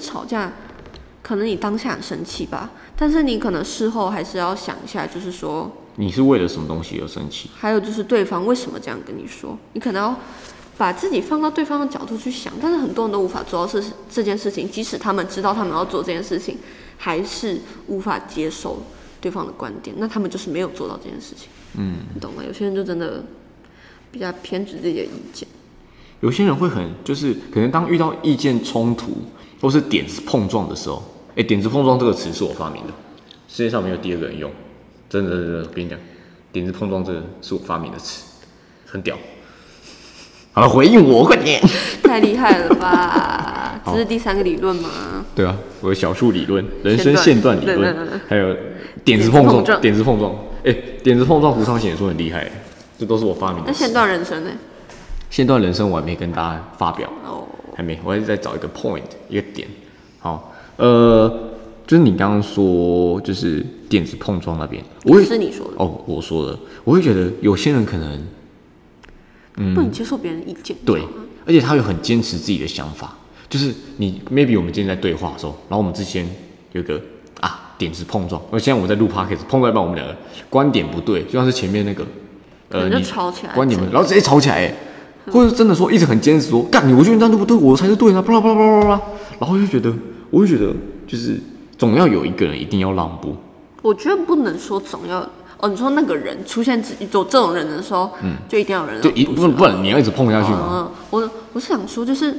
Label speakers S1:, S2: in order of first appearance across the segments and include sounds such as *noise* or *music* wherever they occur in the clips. S1: 吵架，可能你当下很生气吧，但是你可能事后还是要想一下，就是说，
S2: 你是为了什么东西而生气？
S1: 还有就是对方为什么这样跟你说，你可能要把自己放到对方的角度去想。但是很多人都无法做到是这件事情，即使他们知道他们要做这件事情，还是无法接受对方的观点，那他们就是没有做到这件事情。嗯，你懂吗？有些人就真的比较偏执自己的意见。
S2: 有些人会很，就是可能当遇到意见冲突或是点子碰撞的时候，哎、点子碰撞这个词是我发明的，世界上没有第二个人用，真的真的，我跟你讲，点子碰撞这个是我发明的词，很屌。好了，回应我，快点。
S1: 太厉害了 *laughs* 吧？这是第三个理论吗？
S2: 对啊，我的小数理论、人
S1: 线
S2: 生
S1: 段
S2: 线段理
S1: 对
S2: 论
S1: 对对对，
S2: 还有点子
S1: 点子碰
S2: 碰
S1: 撞
S2: 撞、点子碰撞。哎、点子碰撞，胡昌显也说很厉害，这都是我发明
S1: 那
S2: 的词。
S1: 线段人生呢？
S2: 线段人生我还没跟大家发表，
S1: 哦，
S2: 还没，我还是在找一个 point 一个点。好，呃，就是你刚刚说就是电子碰撞那边，我也
S1: 是你说的，
S2: 哦，我说了，我会觉得有些人可能
S1: 不能接受别人的意见。
S2: 嗯对，而且他有很坚持自己的想法，就是你 maybe 我们今天在对话的时候，然后我们之间有一个啊点子碰撞，而现在我们在录 podcast 碰到一半，我们两个观点不对，就像是前面那个
S1: 可
S2: 呃
S1: 能
S2: 你
S1: 就吵起来
S2: 观点不
S1: 真
S2: 对，然后直接吵起来、欸，或者真的说一直很坚持说干你，我觉得你这样就不对，我才是对的啊，巴拉巴拉巴拉巴拉，然后就觉得我就觉得就是总要有一个人一定要让步，
S1: 我觉得不能说总要哦，你说那个人出现这有这种人的时候，就一定要有人
S2: 嗯就一
S1: 让
S2: 不然不然你要一直碰下去嘛，
S1: 嗯，我我是想说，就是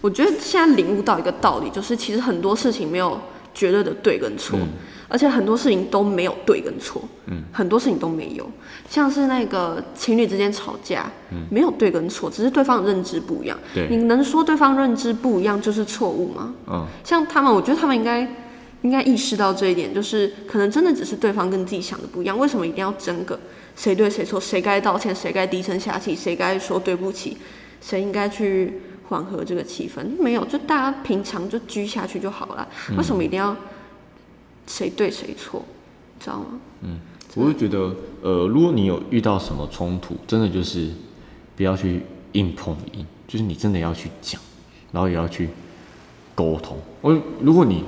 S1: 我觉得现在领悟到一个道理，就是其实很多事情没有绝对的对跟错，
S2: 嗯
S1: 而且很多事情都没有对跟错，嗯，很多事情都没有，像是那个情侣之间吵架，嗯，没有对跟错，只是对方的认知不一样。
S2: 对
S1: 你能说对方认知不一样就是错误吗？
S2: 嗯，
S1: 像他们，我觉得他们应该应该意识到这一点，就是可能真的只是对方跟自己想的不一样。为什么一定要争个谁对谁错，谁该道歉，谁该低声下气，谁该说对不起，谁应该去缓和这个气氛？没有，就大家平常就居下去就好了。
S2: 嗯
S1: 为什么一定要谁对谁错？知道吗？
S2: 我就觉得，呃，如果你有遇到什么冲突，真的就是不要去硬碰硬，就是你真的要去讲，然后也要去沟通。我如果你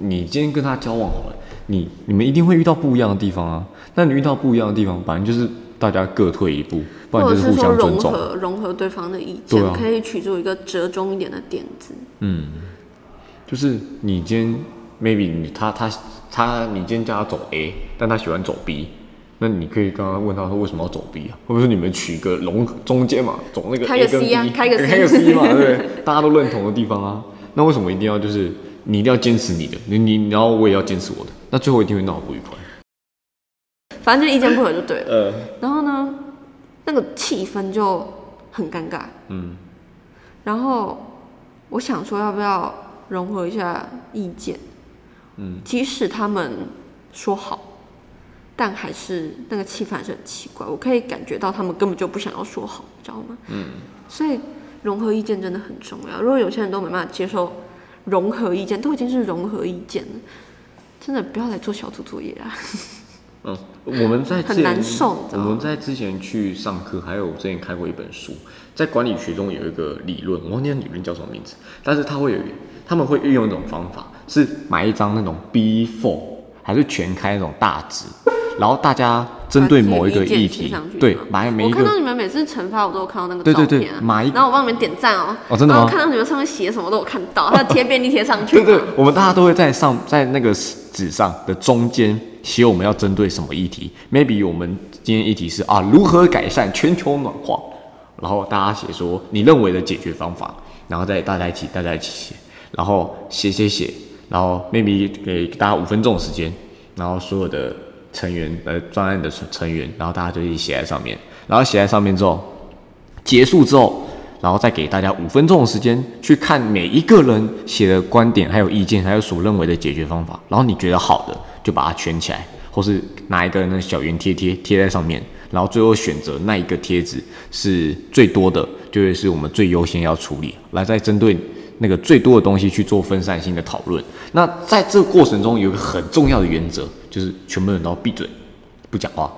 S2: 你今天跟他交往好了，你你们一定会遇到不一样的地方啊。那你遇到不一样的地方，反正就是大家各退一步，不然
S1: 或
S2: 就
S1: 者
S2: 互
S1: 说
S2: 相尊
S1: 融
S2: 重。
S1: 合融合对方的意见，
S2: 对啊
S1: 可以取出一个折中一点的点子。
S2: 就是你今天 maybe 你他他他你今天叫他走 A，但他喜欢走 B，那你可以刚刚问他说为什么要走 B 啊？或者说你们取一个融中间嘛，走那个
S1: 开
S2: A
S1: 个
S2: 跟
S1: C 啊
S2: B，
S1: 开个 C
S2: *laughs* 开个 C 嘛，对不对？大家都认同的地方啊，那为什么一定要就是你一定要坚持你的，你你然后我也要坚持我的，那最后一定会闹不愉快。
S1: 反正就意见不合就对了。
S2: 呃，
S1: 然后呢，那个气氛就很尴尬。嗯。然后我想说，要不要融合一下意见？嗯。即使他们说好，但还是那个气氛还是很奇怪。我可以感觉到他们根本就不想要说好，你知道吗？嗯。所以融合意见真的很重要。如果有些人都没办法接受融合意见，都已经是融合意见了，真的不要来做小组作业啊！
S2: 嗯，我们在
S1: 很
S2: 之前
S1: 难受你知道
S2: 我
S1: 吗
S2: 们在之前去上课，还有我之前看过一本书，在管理学中有一个理论，我忘记那理论叫什么名字，但是它会有一，他们会运用一种方法，是买一张那种 B four 还是全开那种大纸，然后大家针对某一个
S1: 把自己的
S2: 议
S1: 意见写
S2: 题
S1: 上去，
S2: 对
S1: 吗，
S2: 买每一
S1: 我看到
S2: 个，
S1: 你们每次惩罚我都有看到那个
S2: 对对
S1: 照
S2: 对
S1: 片、啊，
S2: 买一
S1: 然后我帮你们点赞哦。
S2: 哦真的
S1: 然后
S2: 吗
S1: 看到你们上面写什么都有看到，还有贴便利贴上去
S2: *laughs* 对
S1: 嘛。
S2: 对，我们大家都会在上在那个纸上的中间写我们要针对什么议题，maybe 我们今天议题是啊如何改善全球暖化，然后大家写说你认为的解决方法，然后再大家一起大家一起写，然后写写写，然后 maybe 给大家五分钟的时间，然后所有的成员呃专案的成成员，然后大家就一起写在上面，然后写在上面之后，结束之后，然后再给大家五分钟的时间去看每一个人写的观点、还有意见，还有所认为的解决方法。然后你觉得好的，就把它圈起来，或是拿一个那个小圆贴贴贴在上面，然后最后选择那一个贴纸是最多的，就会是我们最优先要处理，来再针对。那个最多的东西去做分散性的讨论。那在这个过程中，有一个很重要的原则，就是全部人都要闭嘴，不讲话。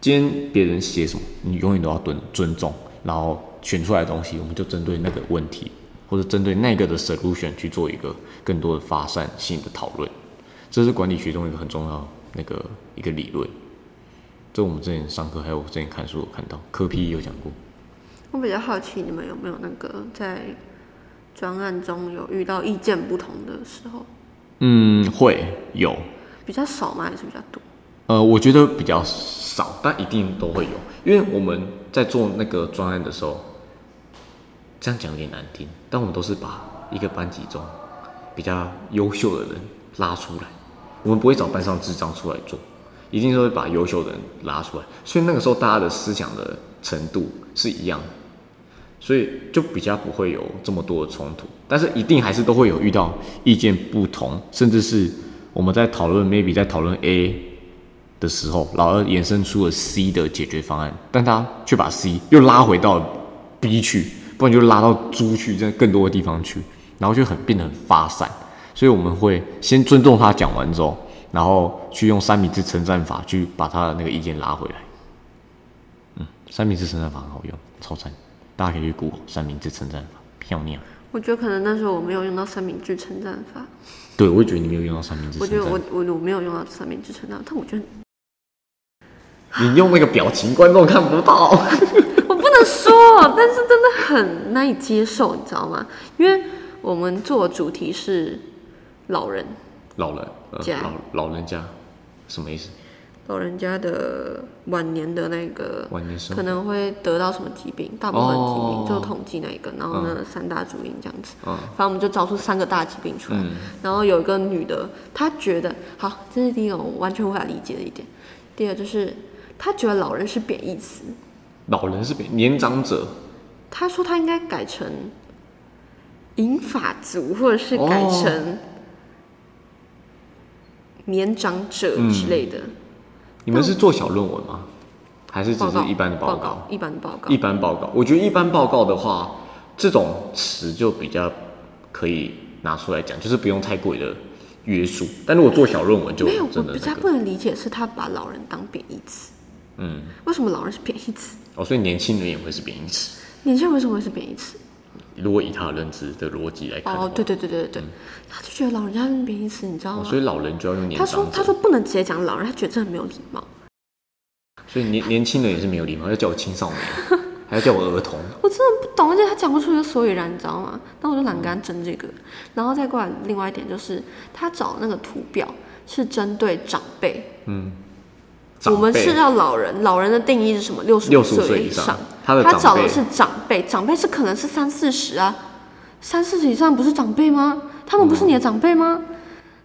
S2: 今天别人写什么，你永远都要尊尊重，然后选出来的东西，我们就针对那个问题或者针对那个的 solution 去做一个更多的发散性的讨论。这是管理学中一个很重要那个一个理论。这我们之前上课还有我之前看书有看到，科 P 有讲过。
S1: 我比较好奇你们有没有那个在专案中有遇到意见不同的时候，
S2: 嗯，会有，
S1: 比较少吗？还是比较多？
S2: 呃，我觉得比较少，但一定都会有，因为我们在做那个专案的时候，这样讲有点难听，但我们都是把一个班级中比较优秀的人拉出来，我们不会找班上智障出来做，一定是会把优秀的人拉出来，所以那个时候大家的思想的程度是一样的，所以就比较不会有这么多的冲突，但是一定还是都会有遇到意见不同，甚至是我们在讨论 maybe 在讨论 A。的时候，老二衍生出了 C 的解决方案，但他却把 C 又拉回到 B 去，不然就拉到猪去，在更多的地方去，然后就很变得很发散。所以我们会先尊重他讲完之后，然后去用三明治称赞法去把他的那个意见拉回来。嗯，三明治称赞法很好用，超赞，大家可以去 Google 三明治称赞法，漂亮。
S1: 我觉得可能那时候我没有用到三明治称赞法，
S2: 对，我也觉得你没有用到三明治
S1: 我
S2: 称
S1: 觉
S2: 赞
S1: 得
S2: 法
S1: 我，我我没有用到三明治称赞，但我觉得
S2: 你用那个表情，观众看不到。
S1: 我不能说，但是真的很难以接受，你知道吗？因为我们做的主题是老人，
S2: 老人，呃
S1: 家、
S2: 老老人家，什么意思？
S1: 老人家的晚年的那个
S2: 晚年生活
S1: 可能会得到什么疾病，大部分疾病、
S2: 哦
S1: 就统计那一个，然后呢、三大主因这样子，
S2: 嗯
S1: 反正我们就找出三个大疾病出来，然后有一个女的，她觉得好，这是第一个我完全无法理解的一点，第二就是她觉得老人是贬义词，
S2: 老人是比年长者，
S1: 他说他应该改成银发族，或者是改
S2: 哦
S1: 成年长者
S2: 嗯
S1: 之类的
S2: 你们是做小论文吗？还是只
S1: 报
S2: 是
S1: 告。
S2: 一般的
S1: 报
S2: 报告？
S1: 一般的报告
S2: 一。般报告。我觉得一般报告的话，这种词就比较可以拿出来讲，就是不用太过于的约束。但如果做小论文，就
S1: 没有，我
S2: 真的
S1: 比
S2: 那
S1: 较
S2: 个，
S1: 不能理解是他把老人当贬义词。
S2: 嗯，
S1: 为什么老人是贬义词？
S2: 哦，所以年轻人也会是贬义词。
S1: 年轻人为什么会是贬义词？
S2: 如果以他的认知的逻辑来看的话，
S1: 哦，对对对对对对，他就觉得老人家是贬义词，你知道
S2: 啊嗯哦，
S1: 吗？
S2: 所以老人就要用年
S1: 他
S2: 长
S1: 说
S2: 者，
S1: 他说不能直接讲老人，他觉得这很没有礼貌。
S2: 所以年年轻人也是没有礼貌，要叫我青
S1: *laughs*
S2: 少年，还要叫我儿童。
S1: 我真的不懂，而且他讲不出一个所以然，你知道吗？那我
S2: 嗯
S1: 就懒得跟他争这个。然后再过来另外一点就是，他找那个图表是针对长辈，
S2: 长
S1: 我们
S2: 辈
S1: 是要老人，老人的定义是什么？六十
S2: 65
S1: 岁
S2: 岁
S1: 以
S2: 以上
S1: 上，
S2: 他的长
S1: 找的
S2: 辈
S1: 是长辈，长辈是可能是三四十啊，三四十以上不是长辈吗？他们不是你的长辈吗？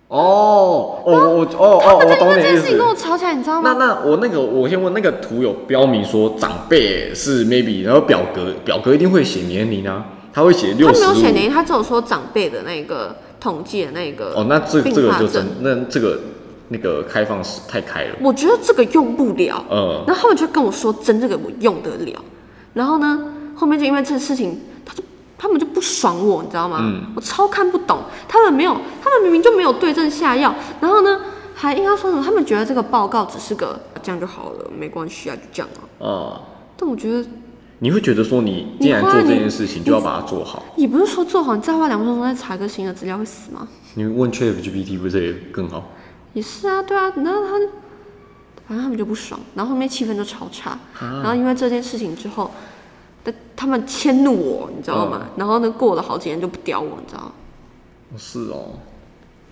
S2: 哦，哦，我哦
S1: 他
S2: 哦，
S1: 们就
S2: 我
S1: 因
S2: 懂
S1: 为
S2: 你
S1: 这件
S2: 的意
S1: 事情跟我
S2: 思。
S1: 吵起来，你知道
S2: 那
S1: 吗？
S2: 那我那个，我先问那个图有标明说长辈是 maybe，然后表格表格一定会写年龄啊，他会写
S1: 他
S2: 六
S1: 没
S2: 十
S1: 有写
S2: 五。
S1: 年龄，他只有说长辈的那个统计的那个
S2: 哦，那这
S1: 并
S2: 这个
S1: 发
S2: 就
S1: 症
S2: 真，那这个那个开放式太开了。
S1: 我觉得这个用不了。
S2: 呃，
S1: 然后他们就跟我说真这个我用得了，然后呢，后面就因为这事情，他就他们就不爽我，你知道吗？我超看不懂，他们没有，他们明明就没有对症下药，然后呢，还硬要说什么，他们觉得这个报告只是个啊这样就好了，没关系啊，就这样啊。
S2: 哦，
S1: 但我觉得
S2: 你会觉得说你既然做这件事情，就要把它做好。
S1: 也不是说做好，你再花两分钟再查个新的资料会死吗？
S2: 你问 ChatGPT 不是也更好？
S1: 也是啊，对啊，然后他，反正他们就不爽，然后后面气氛就超差，
S2: 啊
S1: 然后因为这件事情之后，但他们迁怒我，你知道吗？然后呢，过了好几年就不屌我，你知道吗？
S2: 哦是哦，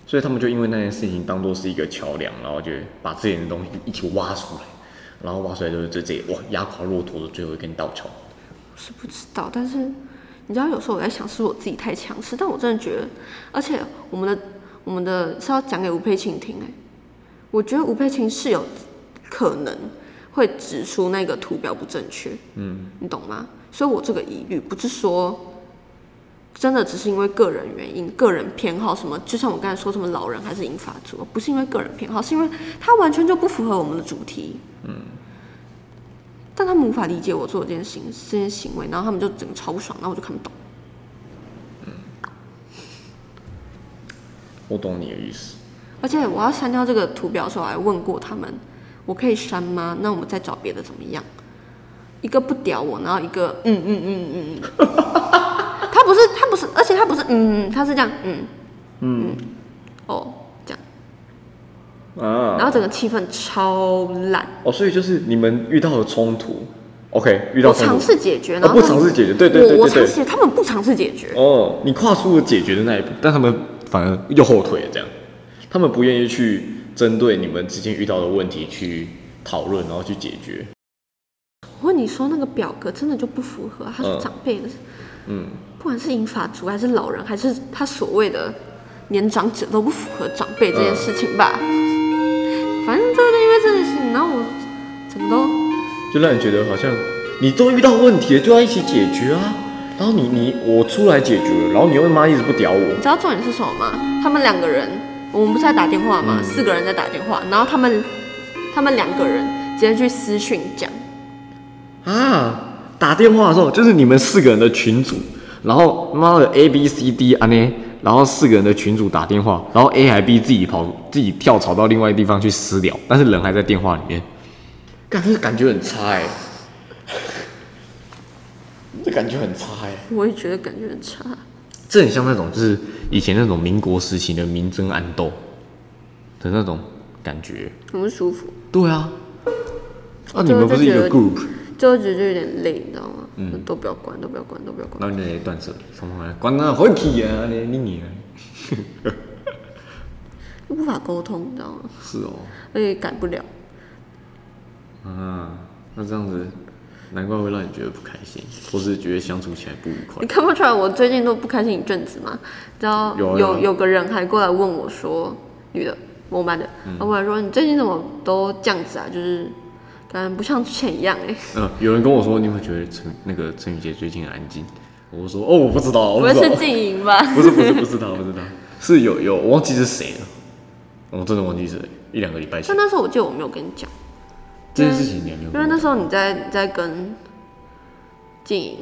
S2: 所以他们就因为那件事情当做是一个桥梁，然后就把自己的东西一起挖出来，然后挖出来就是这这哇压垮骆驼的最后一根稻草。
S1: 我是不知道，但是你知道，有时候我在想，是我自己太强势，但我真的觉得，而且我们的我们的是要讲给吴佩琴听哎、我觉得吴佩琴是有可能会指出那个图表不正确，嗯，你懂吗？所以我这个疑虑不是说真的只是因为个人原因、个人偏好什么，就像我刚才说什么老人还是银发族，不是因为个人偏好，是因为它完全就不符合我们的主题，但他们无法理解我做的这件行这件行为，然后他们就整个超不爽，然后我就看不懂。
S2: 我懂你的意思。
S1: 而且我要删掉这个图表的时候，我还问过他们，我可以删吗？那我们再找别的怎么样？一个不屌我，然后一个嗯嗯嗯嗯嗯，他不是他不是，而且且他不是嗯，他是这样嗯嗯哦这样，
S2: 啊，
S1: 然后整个气氛超烂。
S2: 哦，所以就是你们遇到了冲突，OK，遇到
S1: 我
S2: 冲
S1: 尝
S2: 突
S1: 试解决，
S2: 哦
S1: 然后
S2: 不
S1: 他们
S2: 尝试解决对对对
S1: 我我
S2: 对对
S1: 尝试，他们不尝试解决，
S2: 哦，你跨出了解决的那一步，但他们反而又后退了，这样，他们不愿意去针对你们之间遇到的问题去讨论，然后去解决。
S1: 我问你说那个表格真的就不符合啊，他是
S2: 嗯
S1: 长辈的，
S2: 嗯，
S1: 不管是银发族还是老人，还是他所谓的年长者，都不符合长辈这件事情吧。反正这个就因为这件事情，然后我怎么都
S2: 就让你觉得好像你都遇到问题了，就要一起解决啊。然后你你我出来解决了，然后你又妈一直不屌我
S1: 你，知道重点是什么吗？他们两个人，我们不是在打电话吗？四个人在打电话，然后他们他们两个人直接去私讯讲，
S2: 啊！打电话的时候，就是你们四个人的群组，然后妈的 A B C D 啊呢，然后四个人的群组打电话，然后 A 还 B 自己跑自己跳槽到另外地方去私聊，但是人还在电话里面，感这感觉很差哎、这感觉很差哎、
S1: 我也觉得感觉很差。
S2: 这很像那种就是以前那种民国时期的明争暗斗的那种感觉。
S1: 很不舒服，
S2: 对啊，那、
S1: 我
S2: 啊你
S1: 就
S2: 们
S1: 会
S2: 不
S1: 就是
S2: 一
S1: 觉
S2: 个
S1: 得
S2: group，
S1: 最后觉得有点累，你知道吗？嗯，都不要关，都不要关，都不要关。
S2: 然后你就断舍，什么来管他回去啊，你你你啊，
S1: 就无法沟通，你知道吗？
S2: 是哦，
S1: 而且改不了。
S2: 啊，那这样子，难怪会让你觉得不开心，或是觉得相处起来不愉快
S1: *laughs* 你。看不出来我最近都不开心一阵子吗？然后
S2: 有啊
S1: 有
S2: 有啊
S1: 个人还过来问我说，女的，我们班的，
S2: 嗯
S1: 然后我来说你最近怎么都这样子啊？就是感觉不像之前一样哎、
S2: 嗯、有人跟我说，你会觉得陈那个陈宇杰最近很安静，我说哦，我不知道，我
S1: *laughs* 不
S2: 不知道
S1: 是，静音吧？
S2: *laughs* 不是不是不知道不知道，是有有，我忘记是谁了，我真的忘记是谁，一两个礼拜前
S1: *laughs* 就。那时候我记得我没有跟你讲，
S2: 这件事情你有没有
S1: 因
S2: 跟
S1: 为
S2: 我
S1: 啊那时候你在你在跟静音，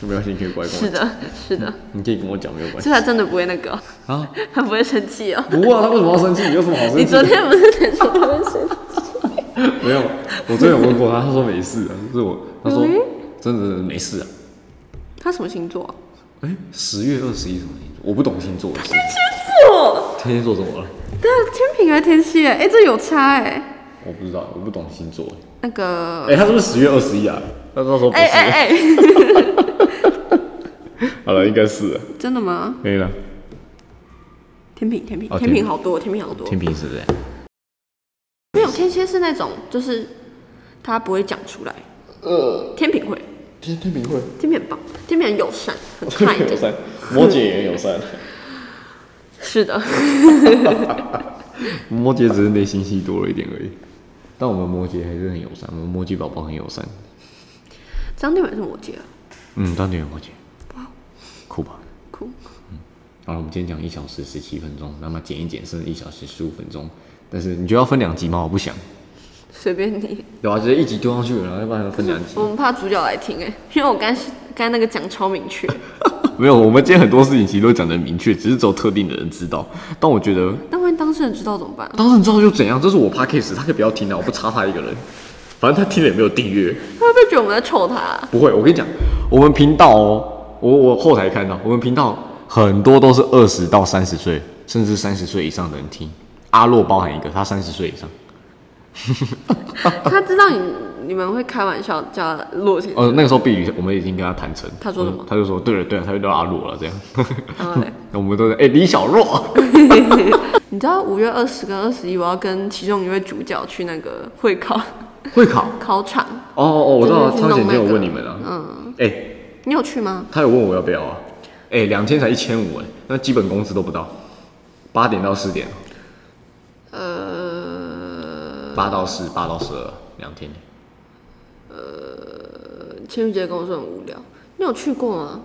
S2: 讲？没关系，你可以乖乖，
S1: 是的，是的，
S2: 你可以跟我讲，没有关
S1: *laughs*
S2: 系
S1: 所以他真的不会那个哦， *laughs*
S2: 啊。
S1: 他不会生气哦。
S2: 不啊，他为什么要生气？有什么好生气的？
S1: *laughs* 你昨天不是才说他会
S2: *laughs*
S1: 生气？
S2: 没有，我真的有问过他，他说没事啊，就是我，他说
S1: 嗯
S2: 真的真的没事啊。
S1: 他什么星座啊、
S2: 哎、十月二十一什么星座？我不懂星座，天
S1: 座，
S2: 蝎座怎么了？
S1: 对啊，天平还天蝎，哎、这有差哎、
S2: 我不知道，我不懂星座。
S1: 那个
S2: 哎、，他是不是十月二十一啊？他到时候不是，
S1: 哎哎哎，
S2: 好了，应该是了
S1: 真的吗？
S2: 可以了。
S1: 天平，天平，
S2: 哦
S1: 天
S2: 天平
S1: 平好多，天平好多。
S2: 天平是不是？
S1: 没有天蝎是那种，就是他不会讲出来。呃，天平会，
S2: 天天平会，
S1: 天平很棒，天平很友善，很
S2: 哦天
S1: kind
S2: 平友善，摩羯也友善，
S1: 是的，
S2: 摩羯只是内心戏多了一点而已。但我们摩羯还是很友善，我们摩羯宝宝很友善。
S1: 张天伟是摩羯啊，
S2: 嗯，当然有摩羯。酷吧？
S1: 酷。
S2: 好了，我们今天讲一小时十七分钟，那么减一减剩一小时十五分钟。但是你觉得要分两集吗？我不想。
S1: 随便你。
S2: 对啊，直接一集丢上去了，然后要不然分两
S1: *laughs*
S2: 集。
S1: 我们怕主角来听哎、因为我刚刚那个讲超明确，
S2: 没有，我们今天很多事情其实都讲得很明确，只是只有特定的人知道。但我觉得
S1: 但万一当事人知道怎么办啊？
S2: 当事人知道又怎样？这是我 podcast，他可以不要听啊，我不差他一个人。反正他听了也没有订阅，
S1: 他会不会觉得我们在臭他啊、
S2: 不会。我跟你讲，我们频道哦，我我后台看到，我们频道很多都是二十到三十岁，甚至三十岁以上的人听。阿洛包含一个，他三十岁以上。
S1: 他知道你你们会开玩笑叫他洛先生，
S2: 呃，那个时候避雨，我们已经跟他谈成，
S1: 他说什么
S2: 他就说对了对啊了，他就叫阿洛了这样。 *laughs*
S1: 然后嘞，
S2: 那我们都在哎、李小若， *laughs*
S1: 你知道五月二十跟二十一，我要跟其中一位主角去那个会考
S2: 会考
S1: 考场，
S2: 哦哦，我知道
S1: 就是去
S2: 超姐
S1: 弄
S2: 姐有
S1: 那个
S2: 问你们啊，
S1: 嗯，
S2: 哎、
S1: 你有去吗？
S2: 他有问我要不要啊，哎、两天才一千五哎，那基本工资都不到，八点到四点，
S1: 呃，
S2: 八到四，八到十二，两天。
S1: 千羽姐跟我说很无聊，你有去过啊吗？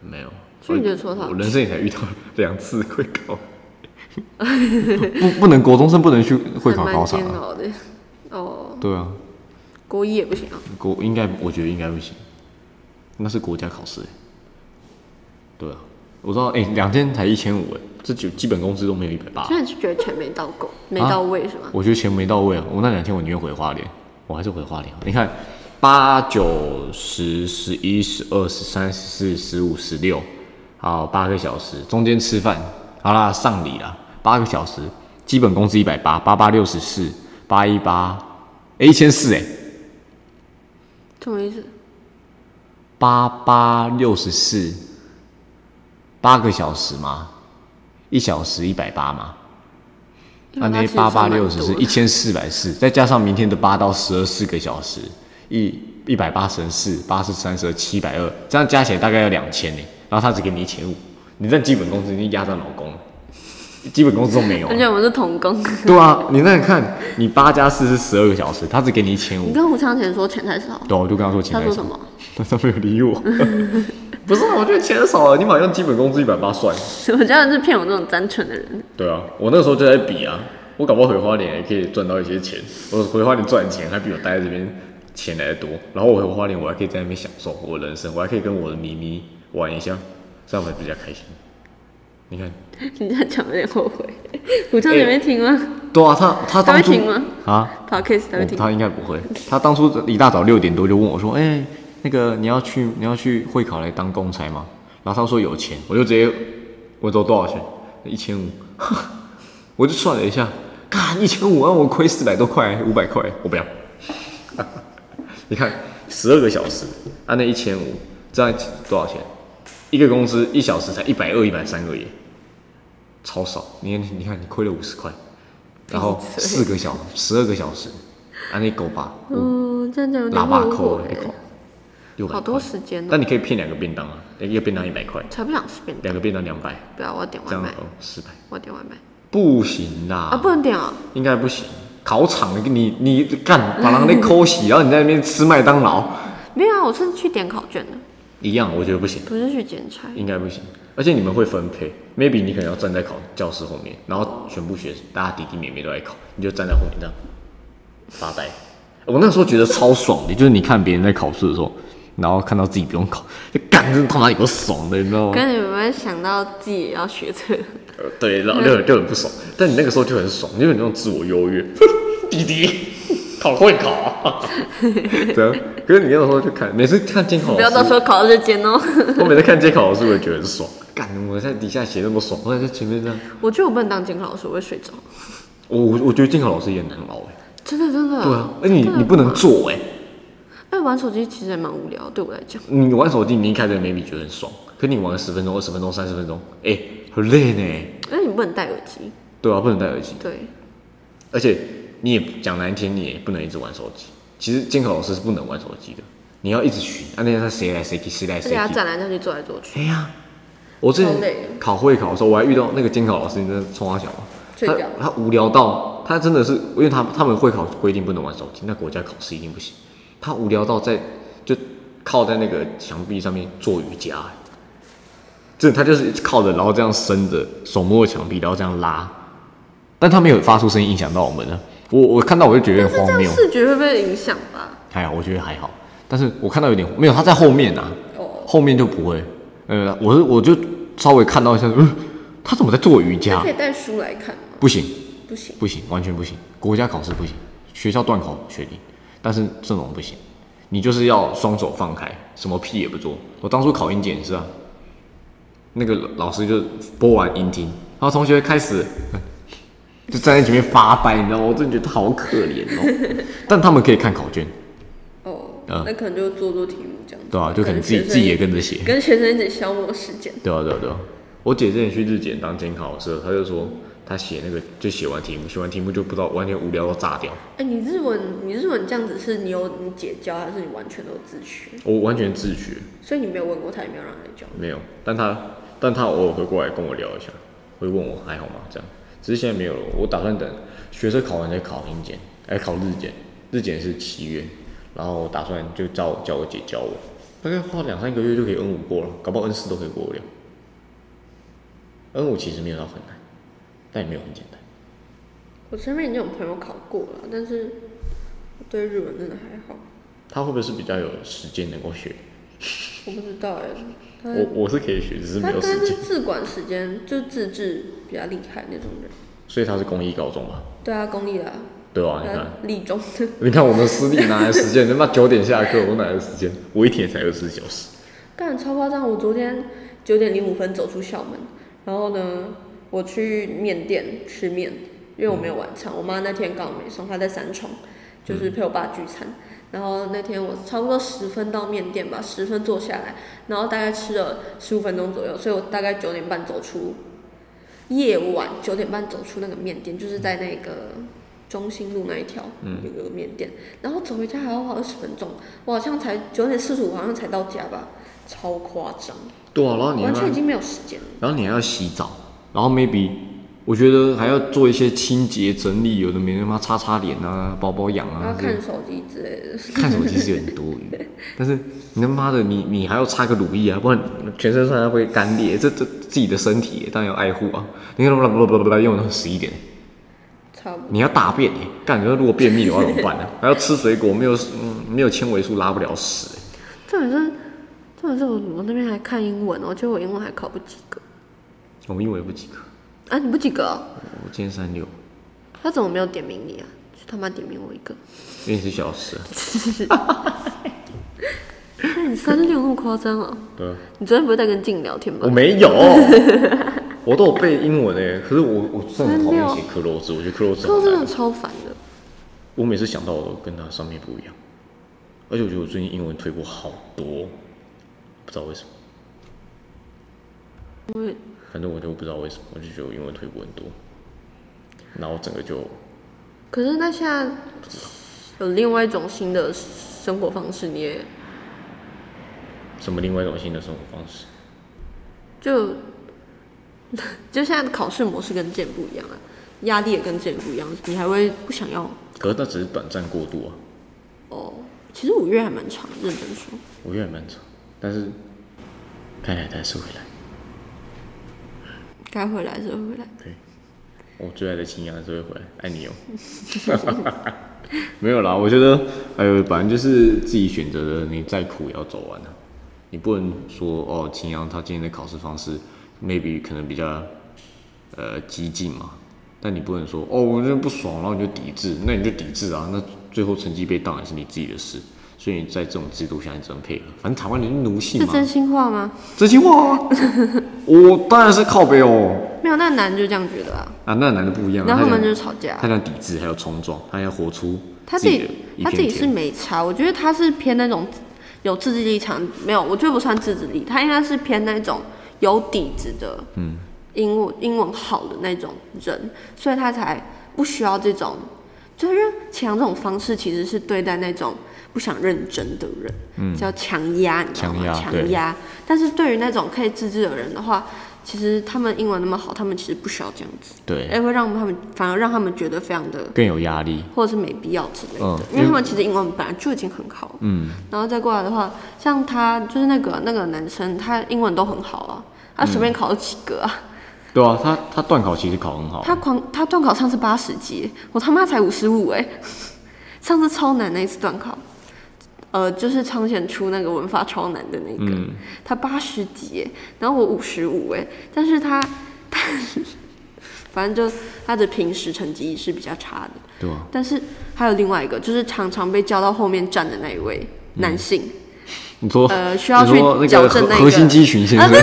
S2: 没有，
S1: 所以你觉得说他
S2: 我人生也才遇到两次会考，
S1: *laughs*
S2: 不不能国中生不能去会考
S1: 还
S2: 考
S1: 蛮
S2: 场
S1: 煎
S2: 啊，
S1: 熬的。哦，
S2: 对啊，
S1: 国一也不行啊，
S2: 国应该我觉得应该不行，那是国家考试、欸。对啊，我知道，哎、两天才一千五，哎，这基基本工资都没有一百八
S1: 所，以你是觉得钱没到够，没
S2: 啊
S1: 到位是吗？
S2: 我觉得钱没到位啊。我那两天我宁愿回花莲，我还是回花莲啊好。你看，八九十十一十二十三十四十五十六，好，八个小时，中间吃饭，好啦，上礼啦，八个小时，基本工资一百八，八八六十四，八一八，哎，一千四哎，
S1: 什么意思？
S2: 八八六十四，八个小时嘛，一小时一百八嘛，
S1: 啊
S2: 啊那那八八六十是一千四百四，再加上明天的八到十二四个小时，一一百八乘四，八四三十二，七百二，这样加起来大概要两千呢。然后他只给你一千五，你这基本工资已经压到脑工了，基本工资都没有
S1: 而且
S2: 啊。
S1: 我们是童工。
S2: 对啊，你那你看，你八加四是十二个小时，他只给你一千
S1: 你
S2: 五。
S1: 跟吴昌前说钱太少，
S2: 对啊、我就跟他说钱
S1: 他
S2: 太
S1: 说
S2: 少
S1: 什么？
S2: 但 *laughs* 他没有理我。 *laughs* 不是啊，我觉得钱少了，你马上基本工资一百八算。
S1: 我觉得是骗我这种单纯的人。
S2: 对啊，我那时候就在比啊，我搞不好回花莲也可以赚到一些钱。我回花莲赚钱还比我待在这边钱来的多，然后我回花莲我还可以在那边享受我的人生，我还可以跟我的咪咪玩一下，这样我比较开心。你看，
S1: 你这样讲有点后
S2: *laughs*
S1: 悔。
S2: 哎
S1: 吴昌前没听吗
S2: 对啊，他
S1: 他
S2: 他当
S1: 会
S2: 初
S1: 听吗
S2: 啊，
S1: ？Podcast 他会
S2: 我
S1: 听。
S2: 他应该不会。他当初一大早六点多就问我说：“哎、那个你要去你要去会考来当公差吗？”然后他说有钱，我就直接我说多少钱？一千五， *laughs* 我就算了一下，干一千五，让啊我亏四百多块，五百块，我不要。你看十二个小时，按那一千五，这样多少钱？一个公司一小时才一百二、一百三而已，超少。你看，你看，你亏了五十块，然后
S1: 闭嘴
S2: 四个小十二个小时，按那狗吧，
S1: 嗯，这样讲有点
S2: 喇叭
S1: 后
S2: 扣
S1: 悔
S2: 一。口，六百
S1: 好多时间哦
S2: 但你可以骗两个便当啊，一个便当一百块，
S1: 才不想吃便当，
S2: 两个便当两百，
S1: 不要，我要点
S2: 这
S1: 外
S2: 样
S1: 卖，
S2: 哦四百，
S1: 我要点外卖
S2: 不行啦，
S1: 啊，不能点啊，
S2: 应该不行。考场你你干把人那抠洗，然后你在那边吃麦当劳，
S1: 没有啊，我是去点考卷的，
S2: 一样我觉得不行。
S1: 不是去剪裁。
S2: 应该不行。而且你们会分配，maybe 你可能要站在考教室后面，然后全部学生大家弟弟妹妹都在考，你就站在后面这样发呆。我那时候觉得超爽的，就是你看别人在考试的时候，然后看到自己不用考，就干，真的他妈有个爽的，你知道吗？
S1: 跟你们会想到自己也要学这个，
S2: 呃对，然后就很就很不爽。但你那个时候就很爽，就有那种自我优越， *laughs* 弟弟。考会考、啊，
S1: *laughs*
S2: 对啊。可是你那个时候就看，每次看监考老师，
S1: 不要到时候考到这间哦。 *laughs*
S2: 我每次看监考老师，我也觉得很爽。干，我在底下写那么爽，我在前面这样。
S1: 我觉得我不能当监考老师，我会睡着。
S2: 我我我觉得监考老师也很难熬哎、
S1: 真的嗯真的。
S2: 对啊，而且你你不能做哎、
S1: 哎，玩手机其实也蛮无聊，对我来讲。
S2: 你玩手机你一开始 maybe 觉得很爽，可你玩十分钟、二十分钟、三十分钟，哎、很累呢、
S1: 那哎你不能戴耳机，
S2: 对啊，不能戴耳机，
S1: 对，
S2: 而且你也讲难听，你也不能一直玩手机。其实监考老师是不能玩手机的，你要一直巡，啊，那天他谁来谁去，谁来
S1: 而
S2: 谁
S1: 且他
S2: 去。
S1: 站来站去，坐来坐去，
S2: 哎呀，我之前
S1: 超累
S2: 考会考的时候，我还遇到那个监考老师，你真的冲他小吗？
S1: 睡
S2: 他
S1: 觉
S2: 他无聊到他真的是，因为他他们会考规定不能玩手机，那国家考试一定不行。他无聊到在就靠在那个墙壁上面做瑜伽、哎真的他就是靠着，然后这样伸着，手摸着墙壁，然后这样拉，但他没有发出声音影响到我们呢。我我看到我就觉得有点
S1: 这
S2: 荒
S1: 样
S2: 谬，
S1: 视觉会被影响吧？
S2: 还好，我觉得还好。但是我看到有点没有，他在后面啊，
S1: 哦
S2: 后面就不会。呃，我是我就稍微看到一下，嗯，他怎么在做瑜伽
S1: 可以？带书来看吗？
S2: 不行，
S1: 不行，
S2: 不行，完全不行。国家考试不行，学校断考确定，但是这种不行。你就是要双手放开，什么屁也不做。我当初考英检也是啊，那个老师就播完音听，然后同学开始 *laughs* 就站在前面发呆，你知道吗？我真的觉得好可怜哦。但他们可以看考卷，
S1: 哦，
S2: 嗯
S1: 那可能就做做题目这样子，
S2: 对啊，就可能自
S1: 学
S2: 己
S1: 生
S2: 自己也跟着写。
S1: 跟学生一起消磨时间。
S2: 对啊，对啊，对啊。我姐之前去日检当监考老师，她就说她写那个就写完题目，写完题目就不知道完全无聊到炸掉。
S1: 哎，你日文，你日文这样子是你有你姐教，还是你完全都自学？
S2: 我完全自学，
S1: 所以你没有问过他，也没有让他教。
S2: 没有。但她但她偶尔会过来跟我聊一下，会问我还好吗？这样。只是现在没有了，我打算等学车考完再考英检，哎，考日检。日检是七月，然后我打算就叫叫我姐教我，大概花两三个月就可以 N 五过了，搞不好 N 四都可以过得了。N 五其实没有到很难，但也没有很简单。
S1: 我身边已经有朋友考过了，但是我对日文真的还好，
S2: 他会不会是比较有时间能够学？
S1: 我不知道哎。他
S2: 我我是可以学，只是没
S1: 他
S2: 有
S1: 应该
S2: 时
S1: 是
S2: 间，
S1: 自管时间就自制比较厉害那种人。
S2: 所以他是公益高中嘛，
S1: 对啊，公立的、啊，
S2: 对吧、你看，
S1: 他立中的。
S2: 你看我们私立哪来时间？他妈九点下课，我哪来时间？我一天才二十四小时。
S1: 干超夸张！我昨天九点零五分走出校门，然后呢，我去面店吃面，因为我没有晚餐，我妈那天刚好没送，她在三重，就是陪我爸聚餐。然后那天我差不多十分到面店吧，十分坐下来，然后大概吃了十五分钟左右，所以我大概九点半走出，夜晚九点半走出那个面店，就是在那个中心路那一条、有个面店，然后走回家还要花二十分钟，我好像才九点四十五，好像才到家吧，超夸张，
S2: 对啊，然后你要
S1: 完，全已经没有时间了。
S2: 然后你还要洗澡，然后 maybe 我觉得还要做一些清洁整理，有的没他妈擦擦脸啊，保保养
S1: 然
S2: 啊
S1: 后，看手机之类的，
S2: 看手机是有点多余，
S1: *laughs*
S2: 但是你他妈的你你还要擦个乳液啊，不然全身上下会干裂，这这自己的身体耶当然要爱护啊。你看，不不不不不，用到十一点，
S1: 差不多。
S2: 你要大便耶，干你说如果便秘的话怎么办呢、还要吃水果，没有嗯没有纤维素拉不了屎耶，
S1: 重点是，重点是我我那边还看英文哦，结果我英文还考不及格。
S2: 我们英文也不及格，
S1: 啊，你不及格哦、
S2: 我今天三六，
S1: 他怎么没有点名你啊？就他妈点名我一
S2: *laughs*
S1: 个。
S2: 因为你是小时啊，
S1: 那你三六那么夸张哦？
S2: 对啊。
S1: 你昨天不是在跟静聊天
S2: 我
S1: 吗？
S2: 没 *laughs* 有，我都有背英文诶。可是我我真的很讨厌写克罗兹，我觉得克罗兹
S1: 他
S2: 好
S1: 真的
S2: 难。
S1: 超烦的。
S2: 我每次想到我都跟他上面不一样，而且我觉得我最近英文退步好多，不知道为什么。
S1: 我也
S2: 反正我就不知道为什么，我就觉得我英文退步很多，然后整个就
S1: 可是那现在有另外一种新的生活方式，你也
S2: 什么另外一种新的生活方式。
S1: 就就现在的考试模式跟之前不一样啊，压力也跟之前不一样，你还会不想要
S2: 可是那只是短暂过渡啊，
S1: 哦。其实五月还蛮长，认真说。
S2: 我觉得也蛮长，但是看来还是回来。
S1: 该回来是会回来。
S2: 对，我最爱的青阳还是会回来，爱你哦。哦 *laughs* 没有啦，我觉得，哎呦，反正就是自己选择的，你再苦也要走完啊。你不能说哦，青阳他今天的考试方式，maybe 可能比较呃激进嘛，但你不能说哦，我就不爽，然后你就抵制，那你就抵制啊，那最后成绩被当也是你自己的事。所以你在这种制度下，你只能配合。反正台湾人就是奴性
S1: 是
S2: 嘛，
S1: 真心话吗？
S2: 真心话啊！ *laughs* 我当然是靠北哦。
S1: 没有，那男的就这样觉得啊。
S2: 啊，那男的不一样啊，
S1: 然后他
S2: 讲
S1: 们就是吵架
S2: 他。想抵制，还有冲撞，他要活出
S1: 他自
S2: 自己
S1: 己
S2: 的一
S1: 他自己
S2: 片
S1: 是
S2: 天。
S1: 没差，我觉得他是偏那种有自制力强，没有，我觉得不算自制力，他应该是偏那种有底子的，嗯，英文英文好的那种人，所以他才不需要这种，就是强这种方式其实是对待那种不想认真的人，叫强压，你知道
S2: 嗯强
S1: 吗？
S2: 压
S1: 强
S2: 对
S1: 压。但是对于那种可以自制的人的话，其实他们英文那么好，他们其实不需要这样子，
S2: 对，
S1: 哎，会让他们反而让他们觉得非常的
S2: 更有压力。
S1: 或者是没必要之类的，
S2: 嗯
S1: 因为他们其实英文本来就已经很好，嗯，然后再过来的话，像他就是那个那个男生，他英文都很好啊，他随便考了几个啊，
S2: 对啊，他他段考其实考很好，
S1: 他狂他段考上次八十级，我他妈才五十五哎， *laughs* 上次超难那一次段考，呃，就是彰显出那个文法超难的那个，他八十级哎，然后我五十五哎，但是他 *laughs* 他反正就他的平时成绩是比较差的。
S2: 对啊，
S1: 但是还有另外一个，就是常常被叫到后面站的那一位男性，
S2: 你说
S1: 呃需要
S2: 你
S1: 去
S2: 说那
S1: 矫
S2: 个
S1: 正
S2: 核
S1: 那个
S2: 核心肌群
S1: 啊
S2: 先生， *laughs*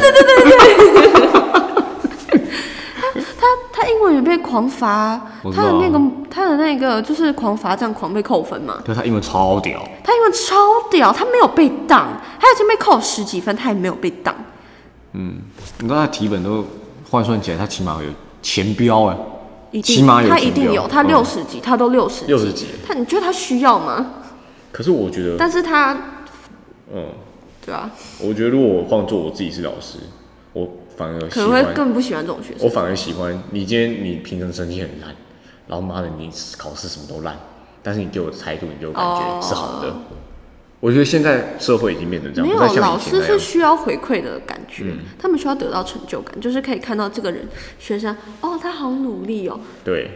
S1: 他英文也被狂罚，
S2: 我知
S1: 他
S2: 道啊
S1: 的那个他的那个就是狂罚站，狂被扣分嘛。
S2: 对他英文超屌，
S1: 他英文超屌，他没有被当，他已经被扣十几分，他也没有被当。
S2: 你知道他题本都换算起来，他起码有前标哎，
S1: 一
S2: 起
S1: 定，
S2: 码有
S1: 他
S2: 指
S1: 一定
S2: 标
S1: 有，他
S2: 嗯
S1: 六十级，他都六十，
S2: 六十几。
S1: 他你觉得他需要吗？
S2: 可是我觉得，
S1: 但是他，
S2: 嗯，
S1: 对啊，
S2: 我觉得如果我换做我自己是老师，我反而
S1: 可
S2: 喜
S1: 能会
S2: 欢，
S1: 更不喜欢这种学
S2: 我
S1: 生。
S2: 反而喜欢你今天你平常成绩很烂，然后妈的你考试什么都烂，但是你给我的态度，你给我感
S1: 哦
S2: 觉是好的。我觉得现在社会已经变成这样，嗯
S1: 没
S2: 不
S1: 有
S2: 再，像
S1: 老
S2: 以前
S1: 师
S2: 那
S1: 是
S2: 样。
S1: 需要回馈的感觉，他们需要得到成就感，就是可以看到这个人学生，哦，他好努力哦，
S2: 对，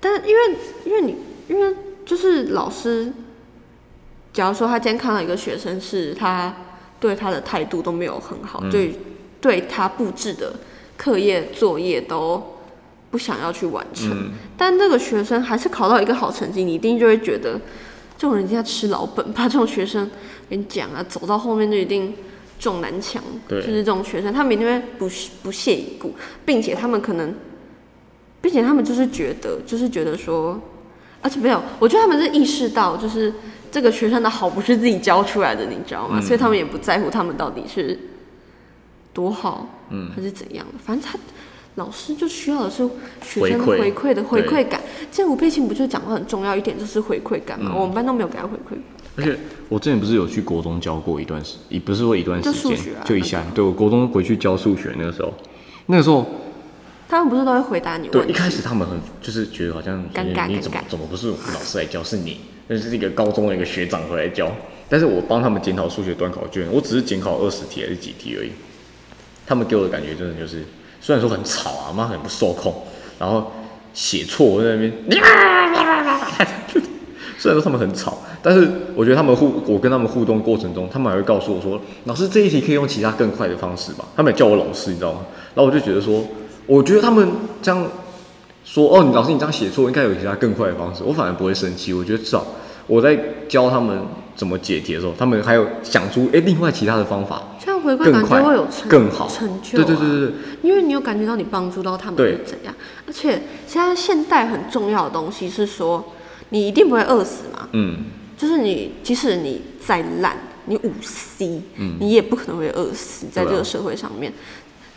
S1: 但因为因为你因为就是老师，假如说他今天看到一个学生是他对他的态度都没有很好，对对他布置的课业作业都不想要去完成，但那个学生还是考到一个好成绩，你一定就会觉得这种人家吃老本吧，把这种学生跟你讲啊，走到后面就一定撞南墙，
S2: 对
S1: 就是这种学生，他们一定会不屑不屑一顾，并且他们可能，并且他们就是觉得，就是觉得说，而且没有，我觉得他们是意识到，就是这个学生的好不是自己教出来的，你知道
S2: 嗯
S1: 吗？所以他们也不在乎他们到底是多好，嗯，还是怎样的，反正他。老师就需要的是学生
S2: 回馈
S1: 回馈的回
S2: 对
S1: 馈感。这吴佩琴不就讲过很重要一点，就是回馈感
S2: 嗯
S1: 嘛？我们班都没有给他回馈
S2: 而且我之前不是有去国中教过一段时，也不是说一段时
S1: 就数
S2: 间
S1: 学啊，
S2: 就一下。对我国中回去教数学那个时候，那个时候
S1: 他们不是都会回答你
S2: 对
S1: 问
S2: 一
S1: 题？
S2: 开始他们很就是觉得好像
S1: 尴尬
S2: 你怎么
S1: 尴尬
S2: 怎么不是我们老师来教，是你，那是一个高中的一个学长回来教。但是我帮他们检讨数学端考卷，我只是检考二十题还是几题而已。他们给我的感觉真的就是，虽然说很吵啊，妈很不受控，然后写错我在那边，啊 *laughs* 虽然说他们很吵，但是我觉得他们互我跟他们互动过程中，他们还会告诉我说，老师这一题可以用其他更快的方式吧。他们也叫我老师，你知道吗？然后我就觉得说，我觉得他们这样说哦，你老师你这样写错，应该有其他更快的方式。我反而不会生气，我觉得至少我在教他们怎么解题的时候，他们还有想出哎、诶另外其他的方法，
S1: 这样回馈
S2: 更
S1: 感
S2: 快
S1: 就会有成
S2: 更好
S1: 成就、啊。
S2: 对对对对对，
S1: 因为你有感觉到你帮助到他们
S2: 对
S1: 是怎样。而且现在现代很重要的东西是说，你一定不会饿死嘛，
S2: 嗯，
S1: 就是你即使你再烂，你五 C，、你也不可能会饿死在这
S2: 嗯对啊
S1: 个社会上面。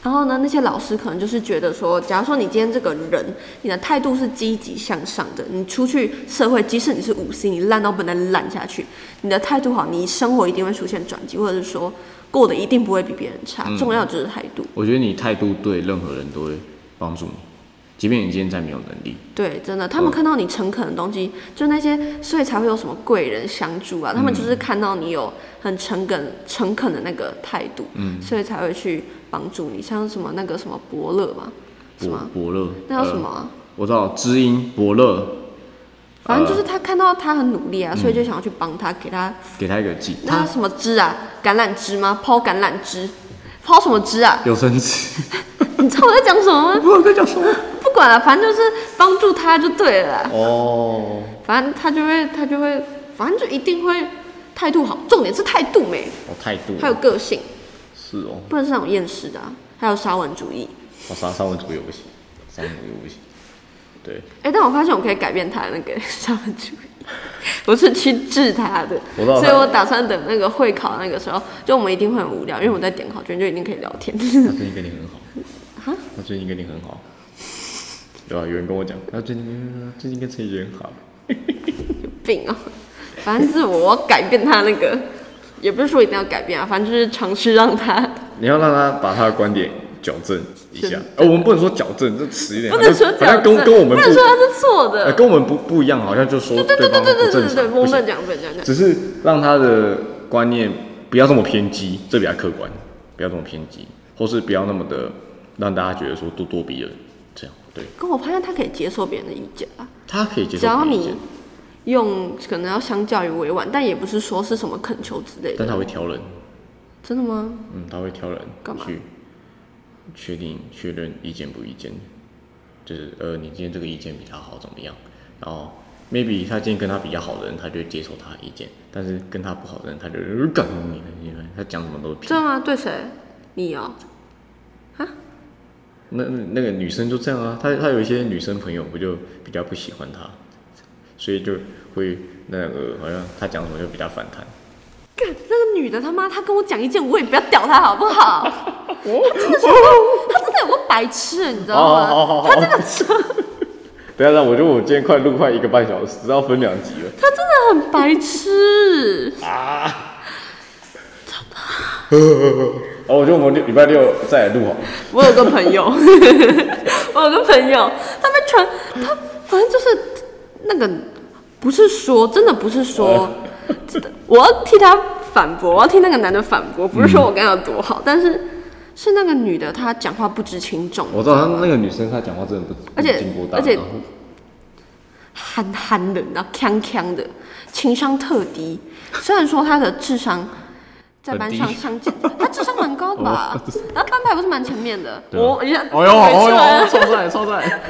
S1: 然后呢，那些老师可能就是觉得说，假如说你今天这个人，你的态度是积极向上的，你出去社会，即使你是五 C，你烂到不能烂下去，你的态度好，你生活一定会出现转机，或者是说过得一定不会比别人差。
S2: 嗯
S1: 重要就是态度，
S2: 我觉得你态度对任何人都会帮助你，即便你今天再没有能力，
S1: 对，真的，他们看到你诚恳的东西，就那些，所以才会有什么贵人相助啊。他们就是看到你有很诚恳、诚恳的那个态度，
S2: 嗯
S1: 所以才会去帮助你。像什么那个什么伯乐嘛，什
S2: 伯
S1: 么
S2: 伯乐，
S1: 那叫什么
S2: 呃？
S1: 啊、
S2: 我知道知音伯乐，
S1: 反正就是他看到他很努力啊，所以就想要去帮他，给他
S2: 给他一个记，
S1: 那
S2: 嗯他
S1: 叫什么枝啊？橄榄枝吗？抛橄榄枝，抛什么枝啊？ *laughs*
S2: 有生气，
S1: 你知道我在讲什么吗？
S2: 不知道在讲什么。
S1: 不管了、反正就是帮助他就对了啊啦。
S2: 哦
S1: 反正他就会，他就会，反正就一定会态度好，重点是态度美，
S2: 哦，态度
S1: 还有个性，
S2: 是哦，
S1: 不能是那种厌世的、啊，还有沙文主义。
S2: 我三三文主义我不行，三文主义我不行，对。
S1: 哎、但我发现我可以改变他的那个 *laughs* 沙文主义，我是去治他的，
S2: 我知道他
S1: 所以我打算等那个会考那个时候，就我们一定会很无聊，因为我在点考卷就一定可以聊天。
S2: 他最近跟你很好。
S1: 啊
S2: 他最近跟你很好。对吧？有人跟我讲，他最近最近跟陈怡很好。
S1: *laughs* 病啊！反正是我要改变他那个，也不是说一定要改变啊，反正就是尝试让他
S2: 你要让他把他的观点矫正一
S1: 是
S2: 下。呃，我们不能说矫正，这词有点
S1: 不能说
S2: 好像
S1: 矫
S2: 跟
S1: 正，
S2: 跟我们
S1: 不能说
S2: 不，
S1: 他是错
S2: 呃，
S1: 的。
S2: 跟我们不不一样，好像就说
S1: 对对对
S2: 方
S1: 对
S2: 不
S1: 对对
S2: 正
S1: 对对，
S2: 常，
S1: 我们不
S2: 不
S1: 能
S2: 行。
S1: 讲，不能讲，不能讲
S2: 只是让他的观念不要这么偏激，这比较客观，不要这么偏激，或是不要那么的让大家觉得说咄咄逼人，这样对
S1: 跟我发现他可以接受别人的意见啊，
S2: 他可以接
S1: 只
S2: 受
S1: 要
S2: 别人意
S1: 你
S2: 见，
S1: 用可能要相较于委婉，但也不是说是什么恳求之类
S2: 但
S1: 的。
S2: 他会挑人。
S1: 真的吗？
S2: 嗯，他会挑人
S1: 干嘛
S2: 去确定确认意见不意见，就是呃，你今天这个意见比他好怎么样？然后 maybe 他今天跟他比较好的人，他就会接受他的意见，但是跟他不好的人，他就呃干你，你们他讲什么都是屁
S1: 真。的吗？对谁？你哦，
S2: 那那那个女生就这样啊，她她有一些女生朋友不就比较不喜欢他，所以就会那个好像他讲什么就比较反弹。
S1: 干那个女的他妈，她跟我讲意见，我也不要屌她好不
S2: *laughs*
S1: 好？她真的有个白痴，你知道吗？
S2: 哦好好好，他这个 *laughs* 等一下，我觉得我今天快录快一个半小时，要分两集了。
S1: 她真的很白痴。
S2: 哦，我觉得我们六礼拜六再来录好了。
S1: 我有个朋友， *laughs* 我有个朋友，他们传他反正就是那个不是说真的不是说，我要替他反驳，我要替那个男的反驳，不是说我跟他有多好，但是是那个女的她讲话不知轻重，
S2: 我知道她那个女生，她讲话真的不，
S1: 而且
S2: 不经过大脑
S1: 而且憨憨的，然后锵锵的，情商特低。虽然说他的智商在班上
S2: 很低
S1: 相近，他智商蛮高的
S2: *laughs*
S1: 吧？然后班排不是蛮前面的，
S2: 对啊
S1: 我一下
S2: 哎呦哎
S1: 没啊
S2: 呦，
S1: 错
S2: 超赞 *laughs* 超赞！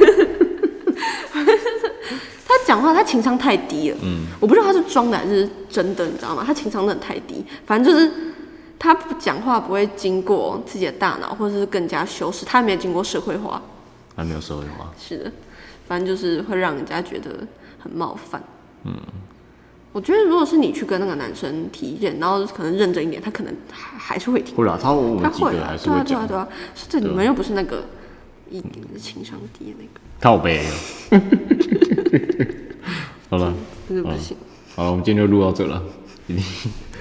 S1: 他讲话，他情商太低了。嗯，我不知道他是装的还是真的，你知道吗？他情商真的太低，反正就是他不讲话不会经过自己的大脑，或者是更加修饰，他没有经过社会化。
S2: 还没有社会化。
S1: 是的，反正就是会让人家觉得很冒犯。嗯，我觉得如果是你去跟那个男生提意见，然后可能认真一点，他可能还还是会听。
S2: 会啦，他我
S1: 他
S2: 们几
S1: 会
S2: 个
S1: 啊
S2: 还，是
S1: 对啊
S2: 会
S1: 对啊
S2: 讲
S1: 对啊，是这你们又不是那个一情商低的那个，
S2: 靠背。啊 *laughs* 好了，
S1: 真的不行。
S2: 好了，我们今天就录到这了，已经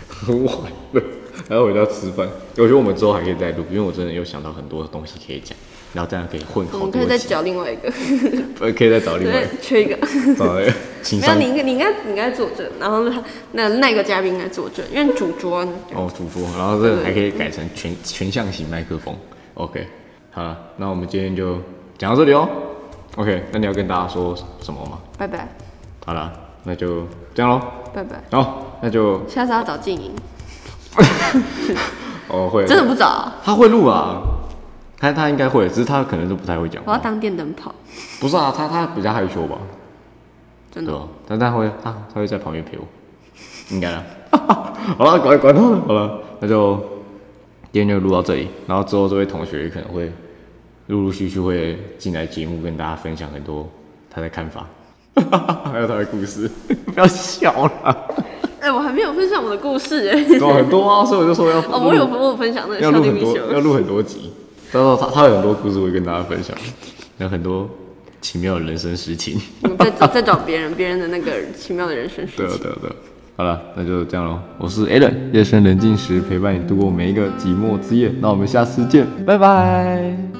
S2: 很晚了，还要回家吃饭。我觉得我们之后还可以再录，因为我真的有想到很多东西可以讲，然后这样可以混
S1: 我
S2: 好
S1: 们
S2: 多
S1: 可以再
S2: 集
S1: 找另外一个，
S2: 呃，可以再找另
S1: *laughs*
S2: 外
S1: 对，缺一个。 *laughs*
S2: 找一个情
S1: 没有，
S2: 商
S1: 你应该你应该你应该坐这，然后他那那个嘉宾应该坐这，因为主桌呢
S2: 哦主播，然后这个还可以改成全全向型麦克风。OK，好了，那我们今天就讲到这里哦。OK，那你要跟大家说什么吗？
S1: 拜拜
S2: 好了，那就这样喽。
S1: 拜拜，
S2: 好，那就
S1: 下次要找静音，
S2: 哦会，
S1: 真的不找啊，
S2: 他会录啊，他他应该会，只是他可能是不太会讲
S1: 我要
S2: 话。
S1: 当电灯泡，
S2: 不是啊，他他比较害羞吧？
S1: 真
S2: 对
S1: 的。
S2: 吧？但他会他他会在旁边陪我，应该啦。 *laughs* 好了，管管他了，好了，那就今天就录到这里。然后之后这位同学可能会陆陆续续会进来节目，跟大家分享很多他的看法， *laughs* 还有他的故事。不要笑了，
S1: 哎、我还没有分享我的故事哎、 *laughs*
S2: 对啊很多啊，所以我就说要
S1: 哦，我有我有分享那个
S2: 要
S1: 校
S2: 录
S1: 地
S2: 很
S1: 必
S2: 多，
S1: 修，
S2: 要录很多集。到时候他他有很多故事会跟大家分享，有很多奇妙的人生事情。
S1: 你再找再找别人别人的那个奇妙的人生
S2: 对
S1: 事
S2: 啊
S1: 情。
S2: 对啊对啊。好了，那就这样喽。我是 Alan，夜深人静时陪伴你度过每一个寂寞之夜。那我们下次见，拜拜。